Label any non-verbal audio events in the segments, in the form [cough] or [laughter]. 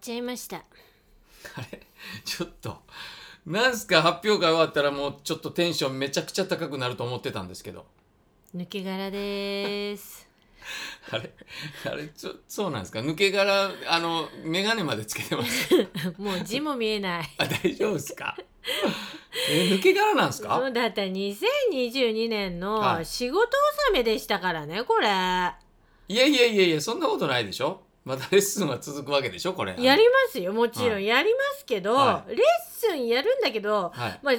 ちゃいましたあれちょっとなんすか発表会終わったらもうちょっとテンションめちゃくちゃ高くなると思ってたんですけど抜け殻です [laughs] あれあれちょそうなんですか抜け殻あの眼鏡までつけてますもう字も見えないあ大丈夫ですかえ抜け殻なんです [laughs] そかうだった2022年はのい仕事納めでしたからねこれやいやいやいやいやそんなことないでしょまたレッスンは続くわけでしょこれりますよもちろはんいやりますけど、はレッスンやるんだけど、はいまあ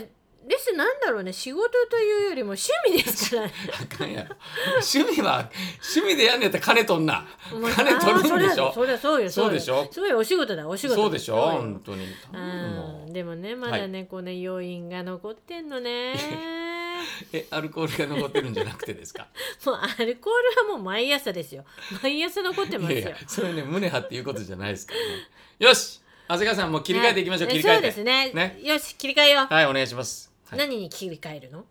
レッスンなんだろうね仕事というよりも趣味ですからねあかんやろ趣味は趣味でやんねやったら金取んなもう [laughs] 金取るんでしあーょそりゃそうよそうでよしょそうよお仕事だお仕事だそうでしょそうよ本当にうんでもねまだね、この余韻が残ってんの [laughs] ねえアルコールが残ってるんじゃなくてですかもうアルコールはもう毎朝ですよ毎朝残っていまやすよいやそれね胸張って言うことじゃないですからねよし長谷川さんもう切り替えていきましょう、は切り替えそうてですねねよし切り替えよう、はいお願いします、はい何に切り替えるの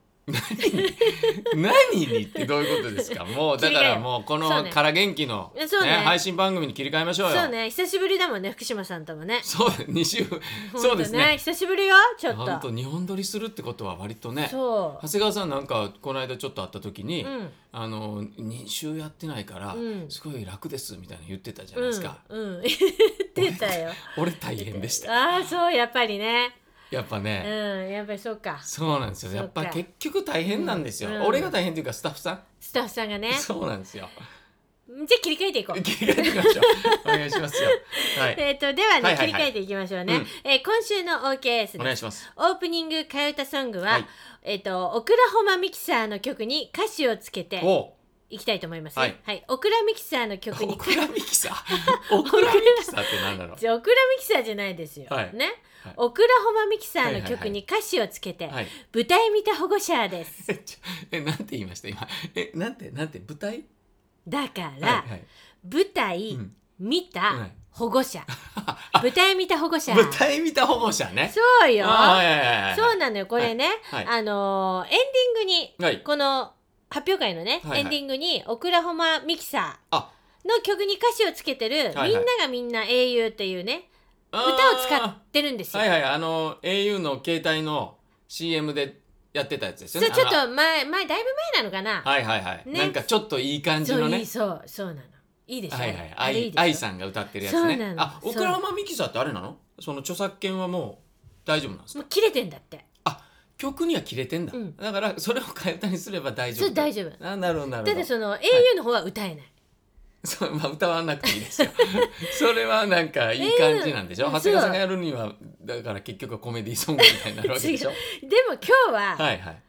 何にってどういうことですかもうだからもうこそうのねから元気の、えそうね配信番組に切り替えましょうよそうね久しぶりだもんね福島さんともねそう2週ほんとそうですね久しぶりよちょっ本当と日本撮りするってことは割とねそ長谷川さんなんかこの間ちょっと会った時に、ううんあの2週やってないから、うんすごい楽ですみたいな言ってたじゃないでうすんか、うん [laughs] 言ってたよ俺大変でしたああそうやっぱりねやっぱね、うんやっぱりそうかそうなんですよ。そっやかっぱ結局大変なんですよ。うんうん俺が大変というかスタッフさん。スタッフさんがねじそうなんですよ。ゃあ切り替えていこう切り替えていきましょ [laughs] う。お願いしますよ。はい。えー、とではね、はいはいは切いり替えていきましょうね、うんえー今週の OKS お願でいすします。オープニング替え歌ソングは、はいえー、とオクラホマミキサーの曲に歌詞をつけてお、いきたいと思いますねはいはい、オクラミキサーの曲 [laughs] オにクラミキサー。オクラミキサーってなんだ [laughs] ろじゃあオクラミキサーじゃないですよ、はいね、はいオクラホマミキサーの曲に歌詞をつけて、う。はい。 [laughs] 舞台見た保護者ですえ、ちょえなんて言いました今。え、なんてなんて舞台？だから、はいはい。舞台うん見はたい保護 [laughs] 者、舞台見た保護者舞台見た保護者ね。そうよあはいはいはいはい。そうなのよこれね、はいあのーエンディングにはい。この発表会のね、はいはいエンディングに「オクラホマミキサーあ」の曲に歌詞をつけてる「はいはいみんながみんな英雄」っていうね歌歌を使ってるんですよ。はいはいあの au の携帯の CM でやってたやつですそよれね。ちょっあと前前だいぶ前なのかな、の。はいはいはい。ねなんかちょっといい感じそのうねいい。そうそうなのいいでしょ、はいはい、あアれいイいでしょアイさんが歌ってるやつそうねな。のあ、そうオクラホマミキサーってあれなの？その著作権はもう大丈夫なんですもかう？切れてんだって曲には切れてんだ。うんだからそれを替え歌にすれば大丈そ夫れ。大丈夫あ、なるほどなるたほだど。その英雄の方は歌えない、そう、まあ歌わなくていいですよ。 [laughs] それはなんかいい感じなんでしょ。えー長谷川さんがやるにはだから結局はコメディソングみたいになるわけで [laughs] しょ。でも今日は、はいはい。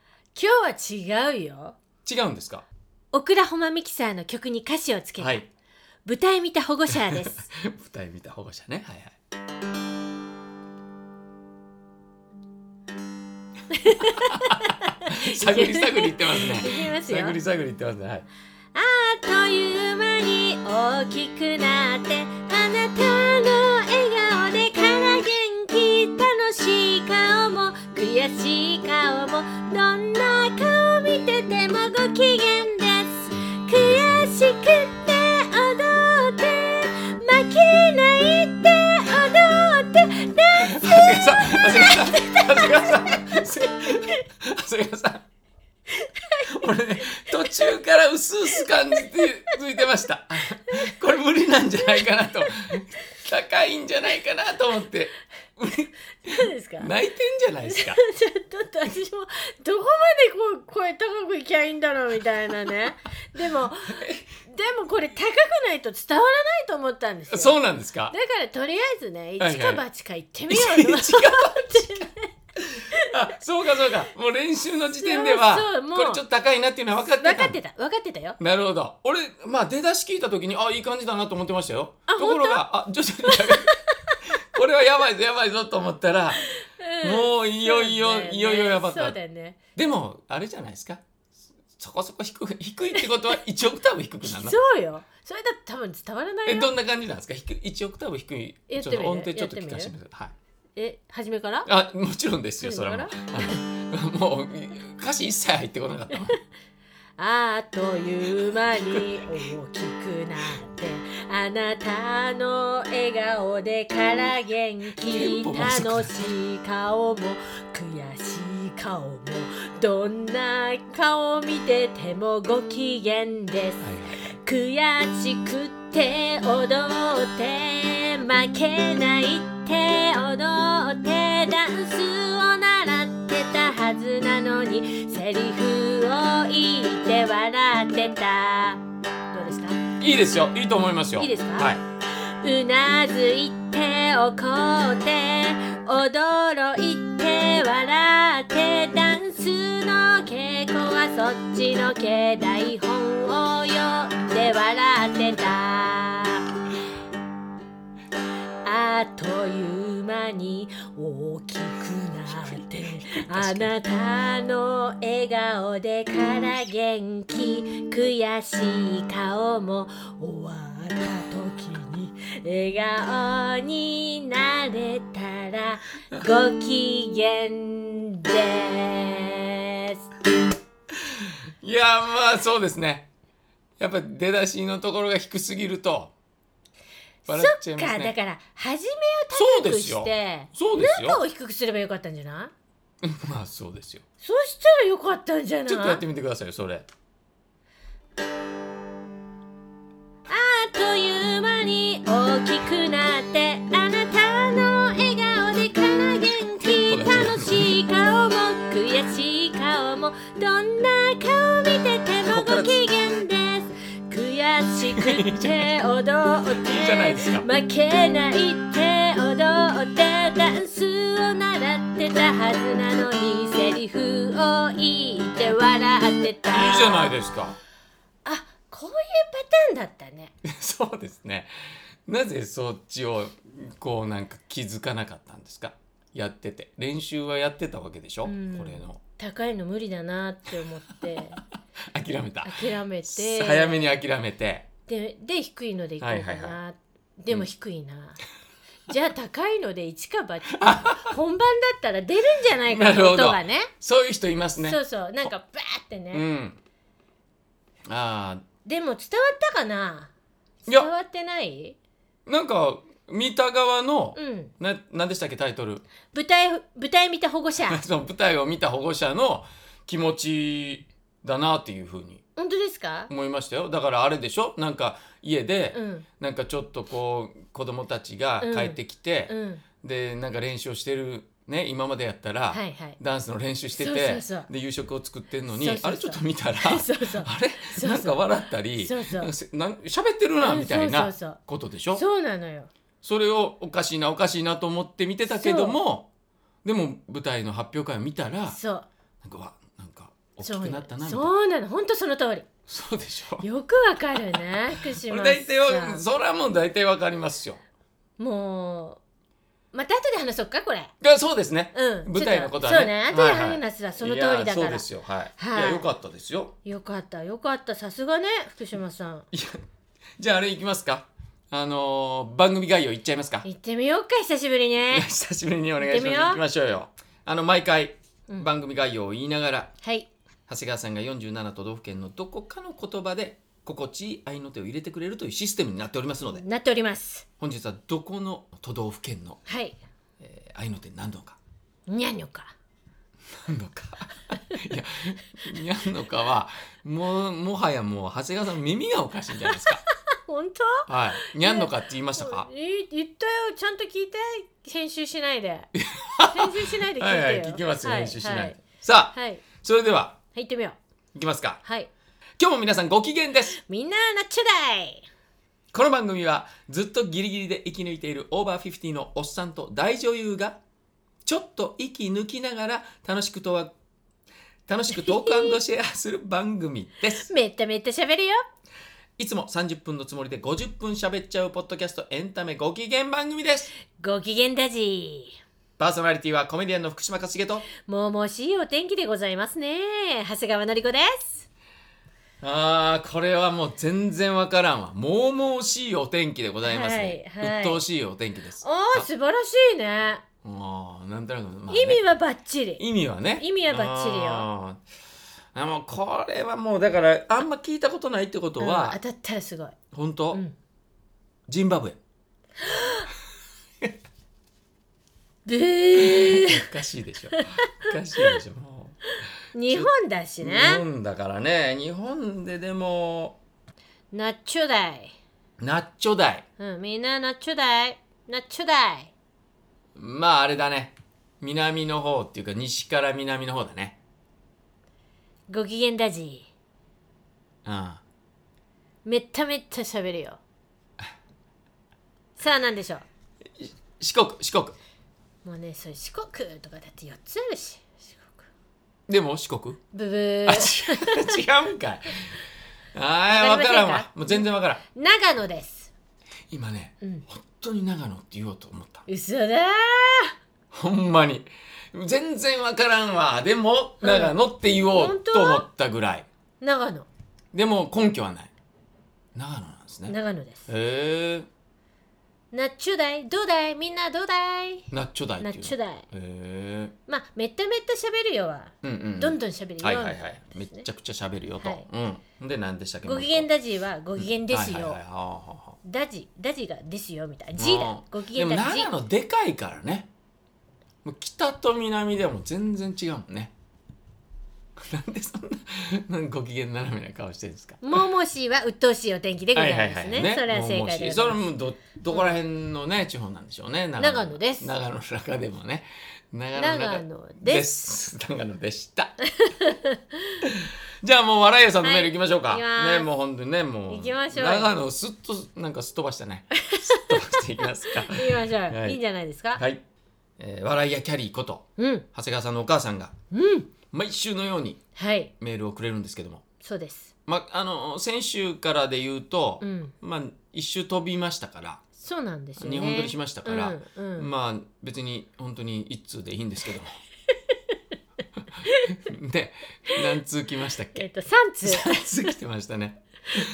今日は違うよ違うんですか？オクラホマミキサーの曲に歌詞をつけた、はい。舞台見た保護者です [laughs] 舞台見た保護者ね。はいはい。 [laughs] 探り探り言ってますいね。けますよ探り探り言ってますね。はい。あっという間に大きくなってあなたの笑顔でから元気楽しい顔も悔しい顔もどんな顔見ててもご機嫌です悔しくて踊って負けないで踊ってダンス長谷川さん、長谷川さん、長谷川さん長谷川さん。俺ね、途中から薄々感じてついてました。これ無理なんじゃないかなと、高いんじゃないかなと思って、ですか泣いてんじゃないですか。ちょっと私もどこまでこう声高くいきゃいいんだろうみたいな [laughs] ねでもでもこれ高くないと伝わらないと思ったんですよそうなんですかだ。からとりあえずねはい一か八か行ってみようと思って、あ、そうかそうか。もう練習の時点ではそうそうもうこれちょっと高いなっていうのは分かってた。分かってた分かってたよなるほど。俺まあ出だし聞いた時にあいい感じだなと思ってましたよ。あところがあ徐々にこれはやばいぞやばいぞと思ったら、うんもういよいよ、そうだねいよいよやばかそっうた。だよねでもあれじゃないですか。そこそこ低い低いってことは1オクターブ低くなるの。そうよそれだと多分伝わらないえよどんな感じなんですか。低い1オクターブ低い。やっちてょみっると音程ちょっとやっ聞てみかるせてください。はい。え初めからあもちろんですよそれはもう。あ [laughs] のもう歌詞一切入ってこなかったわ。あっという間に大きくなってああなたの笑顔でから元気テンポが遅くなる楽しい顔も悔しい顔もどんな顔見ててもご機嫌ですはいはい悔しくって踊って負けないって踊ってダンスを習ってたはずなのにセリフを言って笑ってたどうですかいいですよいいと思いますよいいですかはい、うなずいて怒って驚いて笑ってダンスの稽古はそっちのけ台本を読んで笑ってたあっという間に大きくなって [laughs] あなたの笑顔でから元気悔しい顔も終わった時に笑顔になれた [laughs] らご機嫌です。いやーまあそうですねやっぱ出だしのところが低すぎると笑っちゃいますそっかだねから初そめを高うでくすしよてそうです中よを低くすればよかったんじゃない [laughs] まあそうですよそうしたらよかったんじゃないちょっとやってみてくださいよそれあっという間に大きくなってあなたの笑顔でから元気楽しい顔も悔しい顔もどんな顔見ててもご [laughs] 機嫌です悔しくて踊っていいじゃないですか負けないって踊ってダンスを習ってたはずなのにセリフを言って笑ってたいいじゃないですかあこういうパターンだったねそうですねなぜそっちをこうなんか気づかなかったんですかやってて練習はやってたわけでしょ、うんこれの高いの無理だなって思って [laughs] 諦めた諦めて早めに諦めてでで低いのでいこうかな、はいはいでも低いな、じ [laughs] ゃあ高いので一か八か本番だったら出るんじゃないかなるほど音がねそういう人いますねそうそうなんかバーってね、うんあでも伝わったかないや伝わってないーなんか見た側の、うんな何でしたっけタイトル [laughs] 舞台舞台見た保護者その舞台を見た保護者の気持ちだなっていうふうに本当ですか思いましたよだからあれでしょなんか家で、うんなんかちょっとこう子供たちが帰ってきて、うんでなんか練習をしてるね今までやったら、はいはいダンスの練習しててそうそうそうで夕食を作ってんのにそうそうそうあれちょっと見たら [laughs] そうそうあれ [laughs] そうなんか笑ったりそうそうなんかせなん喋ってるなうんみたいそなうそうそうことでしょそそうなのよれをおかしいなおかしいなと思って見てたけどもでも舞台の発表会を見たらなんそうかわなんか大きそうくなったなみたいなそうなの本当その通りそうでしょ [laughs] よくわかるね福島俺さん大体はそれはもう大体わかりますよもうまた後で話そうかこれがそうですねうん舞台のことはちょねっそうね後で話すはその通りいやだそからうですよはい、はいい、やよかったですよよかったよかったさすがね福島さんいやじゃああれいきますかあのー番組概要いっちゃいますか行ってみようか久しぶりにいや [laughs] 久しぶりにお願いし行ってみますよう行きましょうよあの毎回うん番組概要を言いながら、はい長谷川さんが47都道府県のどこかの言葉で心地いい愛の手を入れてくれるというシステムになっておりますのでなっております本日はどこの都道府県のはいえー愛の手何度かにゃんにょか何度か [laughs] いやにゃんのかはもうもはやもう長谷川さん耳がおかしいんじゃないで [laughs] すか本はいにゃんのかって言いましたか当え言ったよちゃんと聞いて編集しないで編集しないで聞いはいてよはい聞きますよはい編集しないで、はいさあはいはいそれでは行ってみよういきますかはい今日も皆さんご機嫌ですみんななっちゃだいこの番組はずっとギリギリで生き抜いているオーバーフィフティのおっさんと大女優がちょっと息抜きながら楽しくとは楽しくトークシェアする番組ですめっためった喋るよいつも30分のつもりで50分喋っちゃうポッドキャストエンタメご機嫌番組ですご機嫌だじパーソナリティはコメディアンの福島かすげともうもしいお天気でございますね長谷川のり子ですあーこれはもう全然わからんわもうもうしいお天気でございますね、はいはい鬱陶しいお天気ですあー素晴らしいねあーなんとなく、まあね意味はバッチリ意味はね意味はバッチリよあーあもうこれはもうだからあんま聞いたことないってことうんは当たったらすごい本当うんジンバブエブー [laughs] おかしいで [laughs] しょおかしいでしょも日本だうし日ね本だからね日本ででもナッチョダイ、ナッチョダイうん、みんなナッチョダイナッチョダイまああれだね南の方っていうか西から南の方だねご機嫌だじうんめっためった喋る [laughs] よさあ何でしょ四国四国うもうねそれ四国とかだって4つあるし四国でも [laughs] 四国ブブーあ違う違うんかいああわかりませんか分からんわもう全然分からん長野です今ね、うん本当に長野って言おうと思った嘘だーほんまに全然分からんわでもうん長野って言おう本当と思ったぐらい、長野でも根拠はない長野なんですね長野ですへえナッチョダイどうだいみんなどうだいナッチョダイナってッいうチョのへダイえまあめっためった喋るよはうんうんうんどんどん喋るよ、はいはいはい、めっちゃくちゃ喋るよと、はいうんで何でしたっけご機嫌だじはご機嫌ですよ、はいはいはいはあはあはあダジダジがですよみたいな G だうんご機嫌だでジも長野でかいからねもう北と南ではもう全然違うもんね [laughs] なんでそんななんかご機嫌斜めな顔してるんですかももしは鬱陶しいお天気でございますね,、それは正解でもうもごしざいそれますもどどこら辺のね地方なんでしょうね長野です長野の中でもね長長野です長野でした [laughs] じゃあもう笑い屋さんのメールはい行きましょうか、行きますねもう本当にねもう行きましょうよ長野をすっとなんかすっ飛ばしたねすっ飛ばしていきます [laughs] か言いましょう、、はいいいんじゃないですか、はい、えー、笑い屋キャリーことうん長谷川さんのお母さんがうん毎週のようにはいメールをくれるんですけどもそうですまあの先週からで言うと、うんまあ一周飛びましたからそうなんですよね日本撮りしましたから、うんうんまあ別に本当に一通でいい [laughs] んですけどもで何通来ましたっえっけと3通 [laughs] 3通来てましたね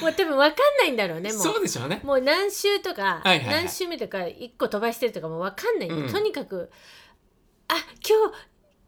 もう多分わかんないんだろうねもそうでしょうねもう何週とか、はいはいはい何週目とか一個飛ばしてるとかもわかんないんで、うんとにかくあ今日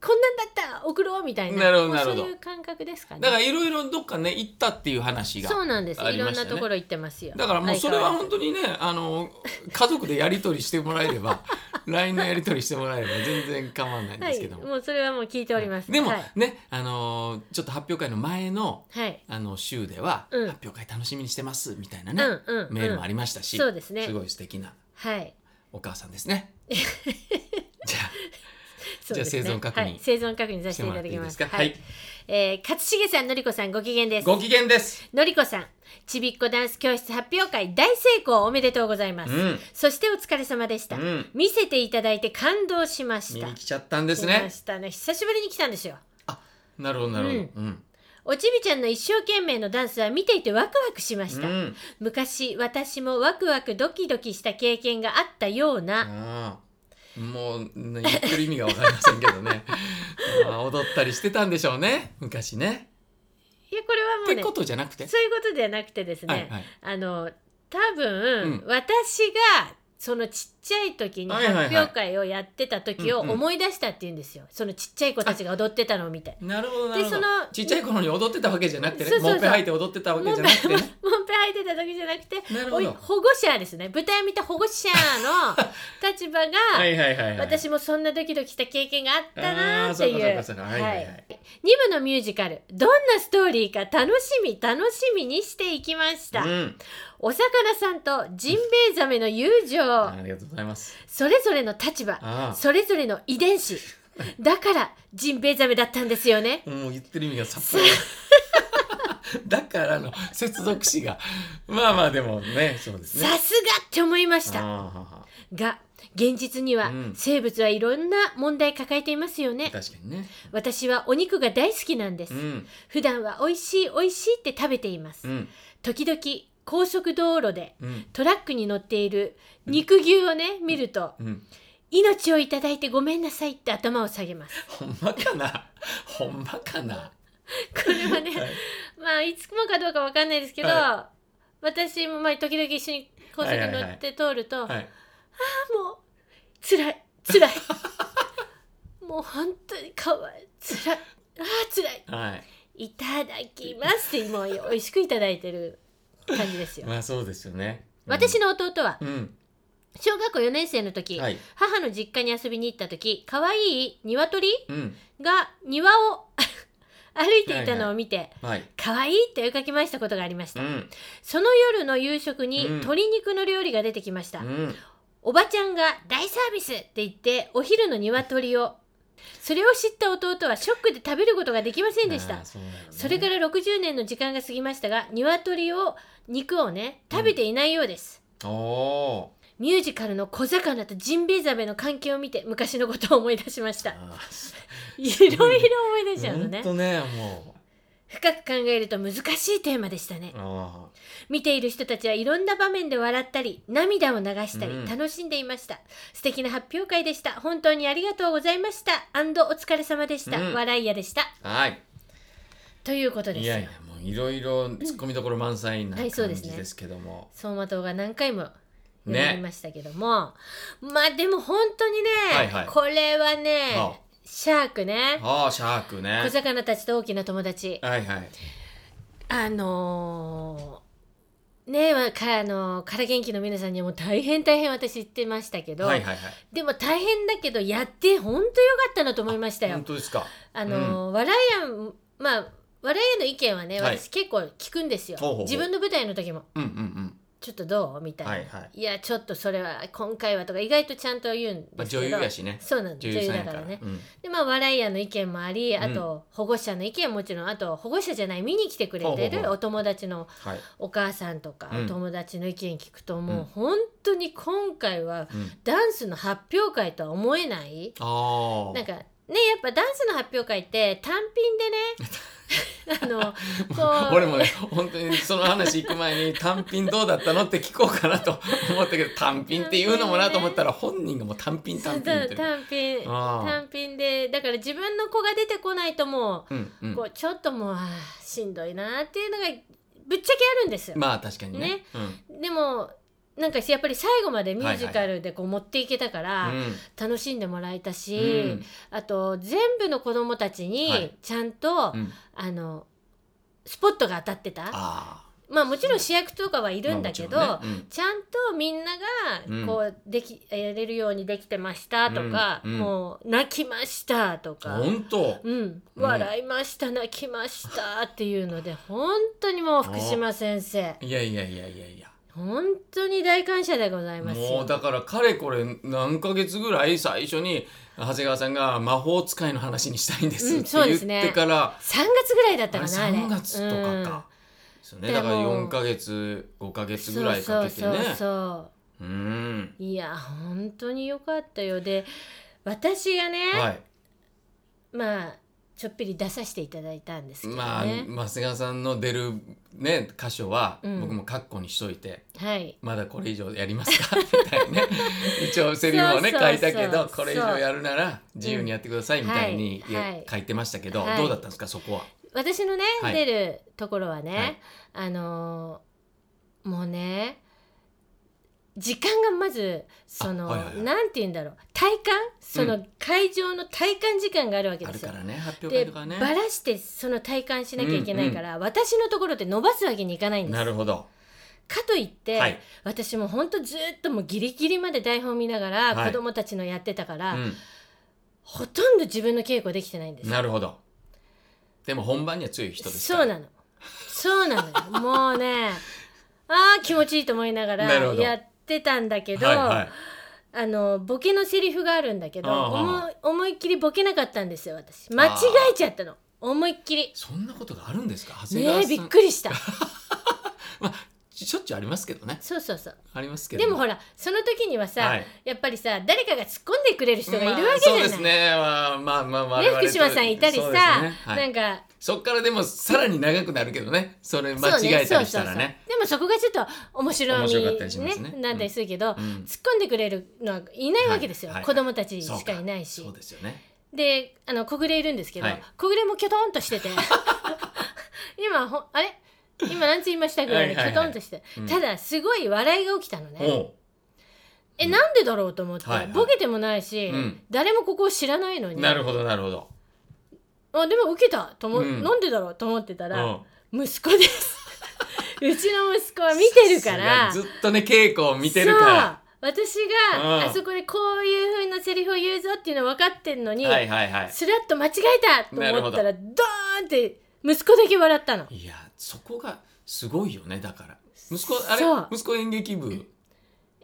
こんなんだった送ろうみたいななるほどもうなるほどそういう感覚ですかねだからいろいろどっかね行ったっていう話がそうなんです、あいりろまんしたなよねところ行ってますよだからもうそれは本当当にねあの家族でやり取りしてもらえれば [laughs] LINE のやり取りしてもらえれば全然構わないんですけども、はい、もうそれはもう聞いております、でも、はい、ねあのちょっと発表会の前のはいあの週では、うん発表会楽しみにしてますみたいなうんね、うんうんメールもありましたし、そうですねごい素敵なはいお母さんですね。じゃそうですねじゃあ生存確認はい、生存確認さあせしてていもたらだっていきいまですすか。ははいい、えー、勝重さんのりこさんご機嫌ですご機嫌です。のりこさんちびっこダンス教室発表会大成功おめでとうございます、うんそしてお疲れ様でした、うん見せていただいて感動しまし見たに来ちゃったんです来まね。したね久しぶりに来たんですよなるほどなるほど。うん。おちびちゃんの一生懸命のダンスは見ていてワクワクしまうした、ん。昔私もワクワクドキドキした経験があったような、あーもうね言ってる意味がわかりませんけどね。 [laughs] あー踊ったりしてたんでしょうね昔ね。いやこれはもっうてねことじゃなくて。そういうことではなくてですね、はいはい。あの多分、うん私がそのちっちゃい時にはいはいはい発表会をやってた時をうんうん思い出したって言うんですよ、そのちっちゃい子たちが踊ってたのを見て。なるほどなるほどでそのちっちゃい頃に踊ってたわけじゃなくてねそうそうそうもっぺはいて踊ってたもわんぺ [laughs] けもんじぺゃなくてね入ってた時じゃなくてなるおほいど保護者ですね舞台見た保護者の [laughs] 立場が、はいはいはい、はい、私もそんなドキドキした経験があったなーっていあーそううかそうかそうかはいはいはい2部のミュージカルどんなストーリーか楽しみ楽しみにしていきました、うん、お魚さんとジンベエザメの友情、ありがとうございますそれぞれの立場あそれぞれの遺伝 [laughs] 子だからジンベエザメだったんですよねあもう言ってる意味がさっぱりだからの接続詞がまあまあでもねそうですねさすがって思いましたあが現実にはうん生物はいろんな問題抱えていますよあね確かにね私はお肉が大好きなんですうん普段は美味しい美味しいって食べていますうん時々高速道路でうんトラックに乗っている肉牛をね見るとうん命をいただいてごめんなさいって頭を下げますほんまかなほんまかなこれはね、まあいつもかどうかわかんないですけど、は私もまあ時々一緒に高速乗って通ると、はいあもう辛い辛い [laughs] もう本当にかわい辛いあー辛いはいいただきますってもう美味しくいただいてる感じですよまあそうですよね私の弟はうん小学校4年生の時、はい母の実家に遊びに行った時可愛い鶏うんが庭を [laughs] 歩いていたのを見てはい可愛いって追いかけましたことがありましうた、んその夜の夕食にうん鶏肉の料理が出てきました、うんおばちゃんが「大サービス!」って言ってお昼の鶏をそれを知った弟はショックで食べることができませんでしあたーそうなのねそれから60年の時間が過ぎましたが鶏を肉をね食べていないようです、おミュージカルの小魚とジンベエザメの関係を見て昔のことを思い出しましたあいろいろ思い出しちゃうの本ね当ねも深く考えると難しいテーマでしたねうあ見ている人たちはいろんな場面で笑ったり涙を流したうりん楽しんでいました、素敵な発表会でした本当にありがとうございました and お疲れ様でした、うん笑い屋でしたーはいということですいやいやもういろいろ突っ込みどころ満載なは感いそうですねじですけども、相馬灯が何回もねやりましたけども、まあでも本当にね、はいはいこれはね、はあシャークねああシャークね小魚たちと大きな友達はいはいあのーねえかあのー、から元気の皆さんにはもう大変大変私言ってましたけど、はいはいはいでも大変だけどやって本当よかったなと思いましたよ本。当ですかあのー、笑いやまあ笑いやの意見はねはい私結構聞くんですよ、ほうほうほう自分の舞台の時もうんうん「ちょっとどう?」みうたんいな、はいはい、いやちょっとそれは今回はとか意外とちゃんと言うんでまあ、すけど、女優やしねそうなん女です優女優さんだやかかららねうん、でまあ笑いやの意見もありんあと保護者の意見もちろんあと保護者じゃない見に来てくれてほうほうほるうお友達のはい、お母さんとかうんお友達の意見聞くともううん本当に今回はうん、ダンスの発表会とは思えないああなんかねやっぱダンスの発表会って単品 [laughs] でねあのこう俺もね本当にその話行く前に単品どうだったのって聞こうかなと [laughs] 思ったけど単品って言うのもなと思ったら本人がもう単品単品ってそう言ってる単品あ単品でだから自分の子が出てこないともーうんうう,、んこうちょっともうあーしんどいなっていうのがぶっちゃけあるんですよ。まあ確かにねねうんでもなんかやっぱり最後までミュージカルでこう持っていけたから、うん楽しんでもらえたし、うんあと全部の子供たちはにいちゃんと、うんあのスポットが当たってたああまあもちろん主役とかはいるんだけど、まあもちろんねちゃんとみんなうんがこうでき、やれるようにできてましたとか、うんうんもう泣きましたとうんか、本当うん、笑いました、泣きましたっていうので本当にもう福島先生いやいやいやいやいや本当に大感謝でございますよもうだからかれこれ何ヶ月ぐらい最初に長谷川さんが魔法使いの話にしたいんでうすんってそうで言すねってから、 3月ぐらいだったあれかなあれ3月とかうんか、そうねでだからもう4ヶ月5ヶ月ぐらいかけてねそうそうそうーんういや本当によかったよで私がね、はいまあちょっぴり出させていただいたんですけどね、まあ長谷川さんの出るね箇所はうん僕も括弧にしといて、はいまだこれ以上やりますか [laughs] みたいなね一応セリフをねそうそう書そういたけどそうこれ以上やるなら自由にやってくださいみたいに、うんいやはい書いてましたけど、はいどうだったんですかそこは。私のね、はい出るところはね、あのーもうね時間がまずその、あはいはいはいなんて言うんだろう体感その会場の体感時間があるわけあでるすよか。らね発表で会とかね。バラしてその体感しなきゃいけないから、私のところで伸ばすわけにいかないんです。なるほど。かといって、はい。私も本当ずっともうギリギリまで台本見ながらは子い供たちのやってたから、うほとんど自分の稽古できてないんですん、なるほど。でも本番には強い人ですそから。うなのそうなの [laughs] よもうねあー気持ちいいと思いながらなるほどやってたんだけどはいはい。あのボケのセリフがあるんだけどあー思い思いっきりボケなかったんですよ私間違えちゃったの思いっきりそんなことがあるんですか長谷川ねさえん。びっくりしたしょっちゅうありますけどね。そうそう [laughs] そうありますけど。でもほらその時にはさ、はいやっぱりさ誰かが突っ込んでくれる人がいるわけじゃまあ、ない、そうですね。まあまあまあまあ。ね福島さんいたりさ、そうですねはいなんかそっからでもさらに長くなるけどね。それ間違えたりしたらね。そうねそうそうそうでもそこがちょっと面白面み白かったりしますねねなったりするけど、うん突っ込んでくれるのはいないわけですよ、はいはい子供たちしかいないしそうですよね。であの小暮いるんですけど、はい小暮もキョトンと [laughs] してて今ほあれ今何つ言いましたぐらいでキはいョはいトはいンとして、うんただすごい笑いが起きたのね、おえなんでだろうと思って、はいはいボケてもないし、うん誰もここを知らないのうになるほどなるほど。あでも受けたと思う、うんなんでだろうと思ってたうら、ん息子です [laughs] うちの息子は見てるからずっとね稽古を見てるかそう私うんがあそこでこういう風なセリフを言うぞっていうの分かってんのに、らはいはいはいスラッと間違えたと思ったならドーンって息子だけ笑ったのいやそこがすごいよねだから息子あれそう息子演劇部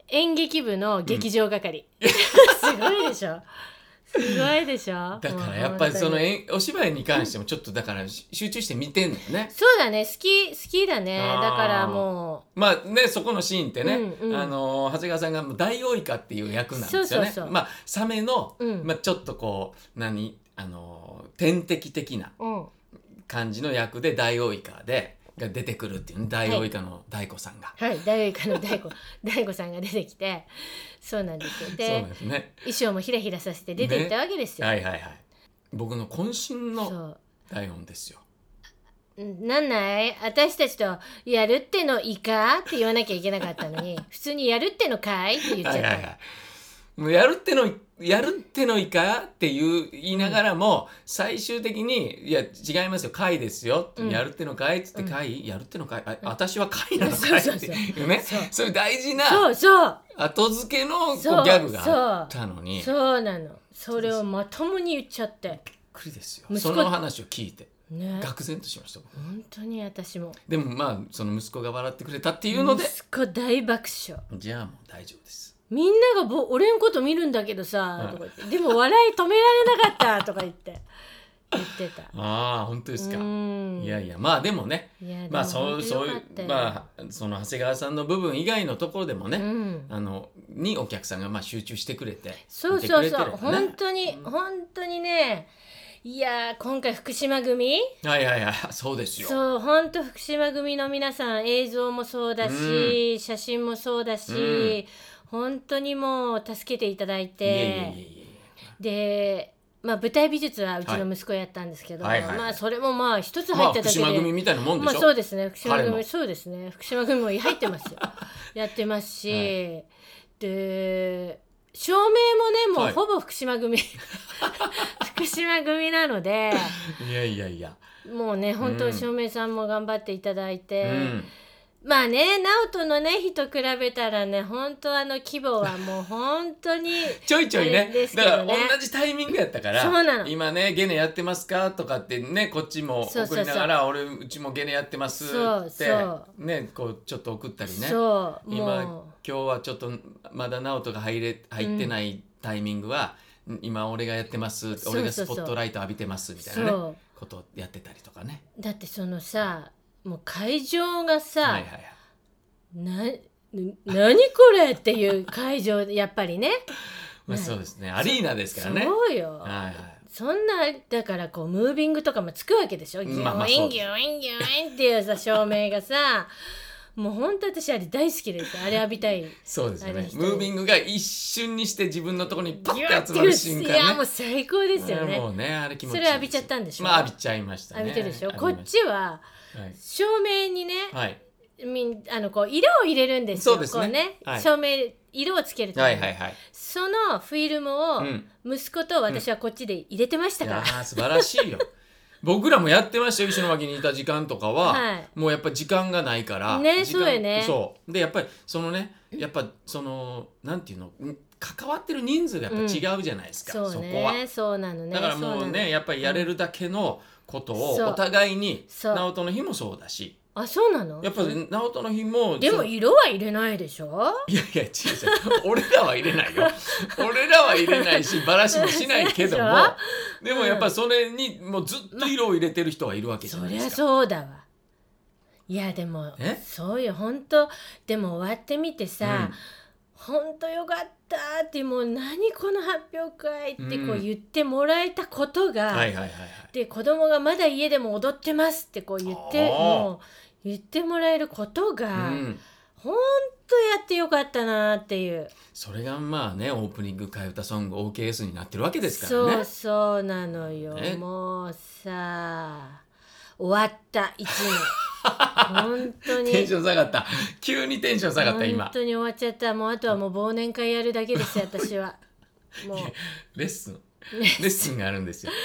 演劇部の劇場係、 [laughs] すごいでしょすごいでしょだかもうらやっぱりそ本当のに演お芝居に関してもちょっとだからし集中して見てんのねそうだね好き好きだねあーだからもまあねそこのシーンってね、うんうんあのー長谷川さんがもうダイオウイカっていう役なんですよねそうそうそうまあサメの、うんまあ、ちょっとこう何あのー天敵的なう、うん、感じの役でダイオウイカでが出てくるっていうねダイオウイカの大子さんが、はい大悟の大悟大悟さんが出てきてそうなんですよそうでなんですね衣装もひらひらさせて出ていったわけですよ、はいはいはい僕の渾身そのうダイオンですよんなんない私たちと「やるってのいいか?」って言わなきゃいけなかったのに [laughs] 普通に「やるってのかい?」って言っはちゃいった、はいはいもうやるってのやるってのいかっていう言いながらも、最終的に「いや違いますよ貝ですよ」うんやるってのかい?」っつって「うん貝、やるってのかいあん私は貝なのかい?」そうそうってそういうねそうそういう大事そなうそう後付けのこうギそうャグがあったのにびっそうなのそれをまともに言っちゃってくりですよ息子その話を聞いてね愕然としました僕本当に私もでもまあその息子が笑ってくれたっていうので、息子大爆笑じゃあもう大丈夫ですみんながぼ俺のこと見るんだけどさ、うんとか言ってでも笑い止められなかったとか言って言ってたああ本当ですか、うんいやいやまあでもねいやでもまあそう本当そういよかったうよまあその長谷川さんの部分以外のところでもね、うんあのにお客さんがまあ集中してくれてそうそう見てそう、くれてるよね本当に、本当にねいやー今回福島組はいはいはいそうですよそう本当福島組の皆さん映像もそうだし、写真もそうだし、うん本当にもう助けていただいていえいえいえいで、まあ、舞台美術はうちの息子やったんですけど、はいはいはいまあ、それもまあ一つえま入あっただ福けで、島組みたいなもんでまあしょ、そうですね福島彼の組そうですね福島組も入って [laughs] ますよやってますし、で照明もねはもいうほぼ福島 [laughs] 組、福島組なのでいやいやいや、もうね本う当ん照明さんも頑張っていただいて、うん、まあね直人のね日と比べたらね本当あの規模は [laughs] もう本当にちょいちょいねあれですけだどかねら同じタイミングやったからそうなの今ねゲネやってますかとかってねこっちもそうそ送うそうりながら俺うちもゲネやってますってそうそねこうちょっと送ったりねそう今も今日はちょっとまだ直人が入れ入ってないタイミングは、今俺がやってますそう俺がそスうそポうットライト浴びてますみたいなねそことをやってたりとかね。うだってそのさもう会場がさ、はいはいはい、なな何これっていう会場でやっぱりねまあ、そうですねアリーナですからね。そうよはいはいそんなだからこうムービングとかもつくわけでしょギュまあまあイそンうギュインギュインっていうさ照明がさもうほんと私あれ大好きですあれ浴びたい。そうですよあれね一。人ムービングが一瞬にして自分のところにパギューッってて集まる瞬いや間もうね。最高ですよあれねもうねあれ気持ちいいそれ浴びちゃったんでしょまあ浴びちゃいましたね。浴びてるでしょこ浴びっましちはたはい照明にね、はいみんあのこう色を入れるんですよそうですねこうね、はい照明色をつけるたはめいにはいはい。そのフィルムをうん息子と私はこっちで入れてましたいから、やー素晴らしいよ僕らもやってましたよ石巻にいた時間とかは、はいもうやっぱ時間がないからね時間そうよねそうでやっぱりそのねやっぱそのなんていうのん関わってる人数がやっぱ違うじゃないですか、そうそこはねそうなのねだからもそうなねのやっぱりやれるだけのことをそうお互いにそう直人の日もそうだしあそうなのやっぱり直人の日もでもそうい色は入れないでしょやいや違う違う俺らは入れな [laughs] いよ俺らは入れないしバラしもしないけどもでもやっぱそれにもうずっと色を入れてる人はいるわけじゃそないでりすかゃ。そうだわいやでもえそうよ本当でも終わってみてさ、うん本当よかったってもう何この発表会ってこううん言ってもらえたことが、はいはいはいはい。で子供がまだ家でも踊ってますってこう言ってあーもう言ってもらえることうが、ん、ほんとやってよかったなっていうそれがまあねオープニング替え歌ソング OKS になってるわけですかそらうね。そうなのよ、ねもうさ終わった一年本当に [laughs] テンション下がった急にテンション下がった本今 [laughs] 当に終わっちゃったもうあとはもう忘年会やるだけですよ私はもうレッスンレッスンがあるんですよ。ね、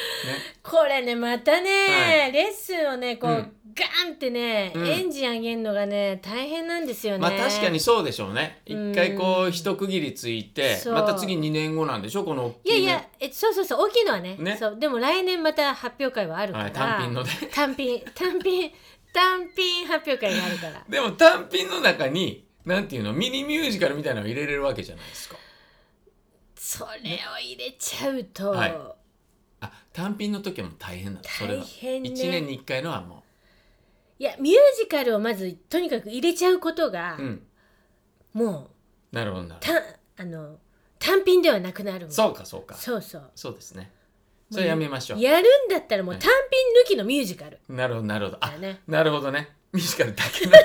これねまたね、はレッスンをねこう、うんガンってね、うんエンジン上げるのがね大変なんですよね。まあ確かにそうでしょうね。うん一回こう一区切りついて、そうまた次2年後なんでしょこの大いきやいねいや、えそうそうそう大きいのはねねそうでも来年また発表会はあるから、はい単品のね。 [laughs] 単品単品単品発表会があるからでも単品の中に、なんていうの、ミニミュージカルみたいなのを入れれるわけじゃないですか。それを入れちゃうと、はいあ、単品の時はもう大変なの。それ大は。変ね1年に1回のはもいやミュージカルをまずとにかく入れちゃうことが、う。うん。もうなるほどなるほたあの単品ではなくなるもんど。そうかそうか。そうそうそうですね。それやめましょう。やるんだったらもうはい単品抜きのミュージカルなるほどなるほど。あだ、ねなるほどね。ミュージカルだけのや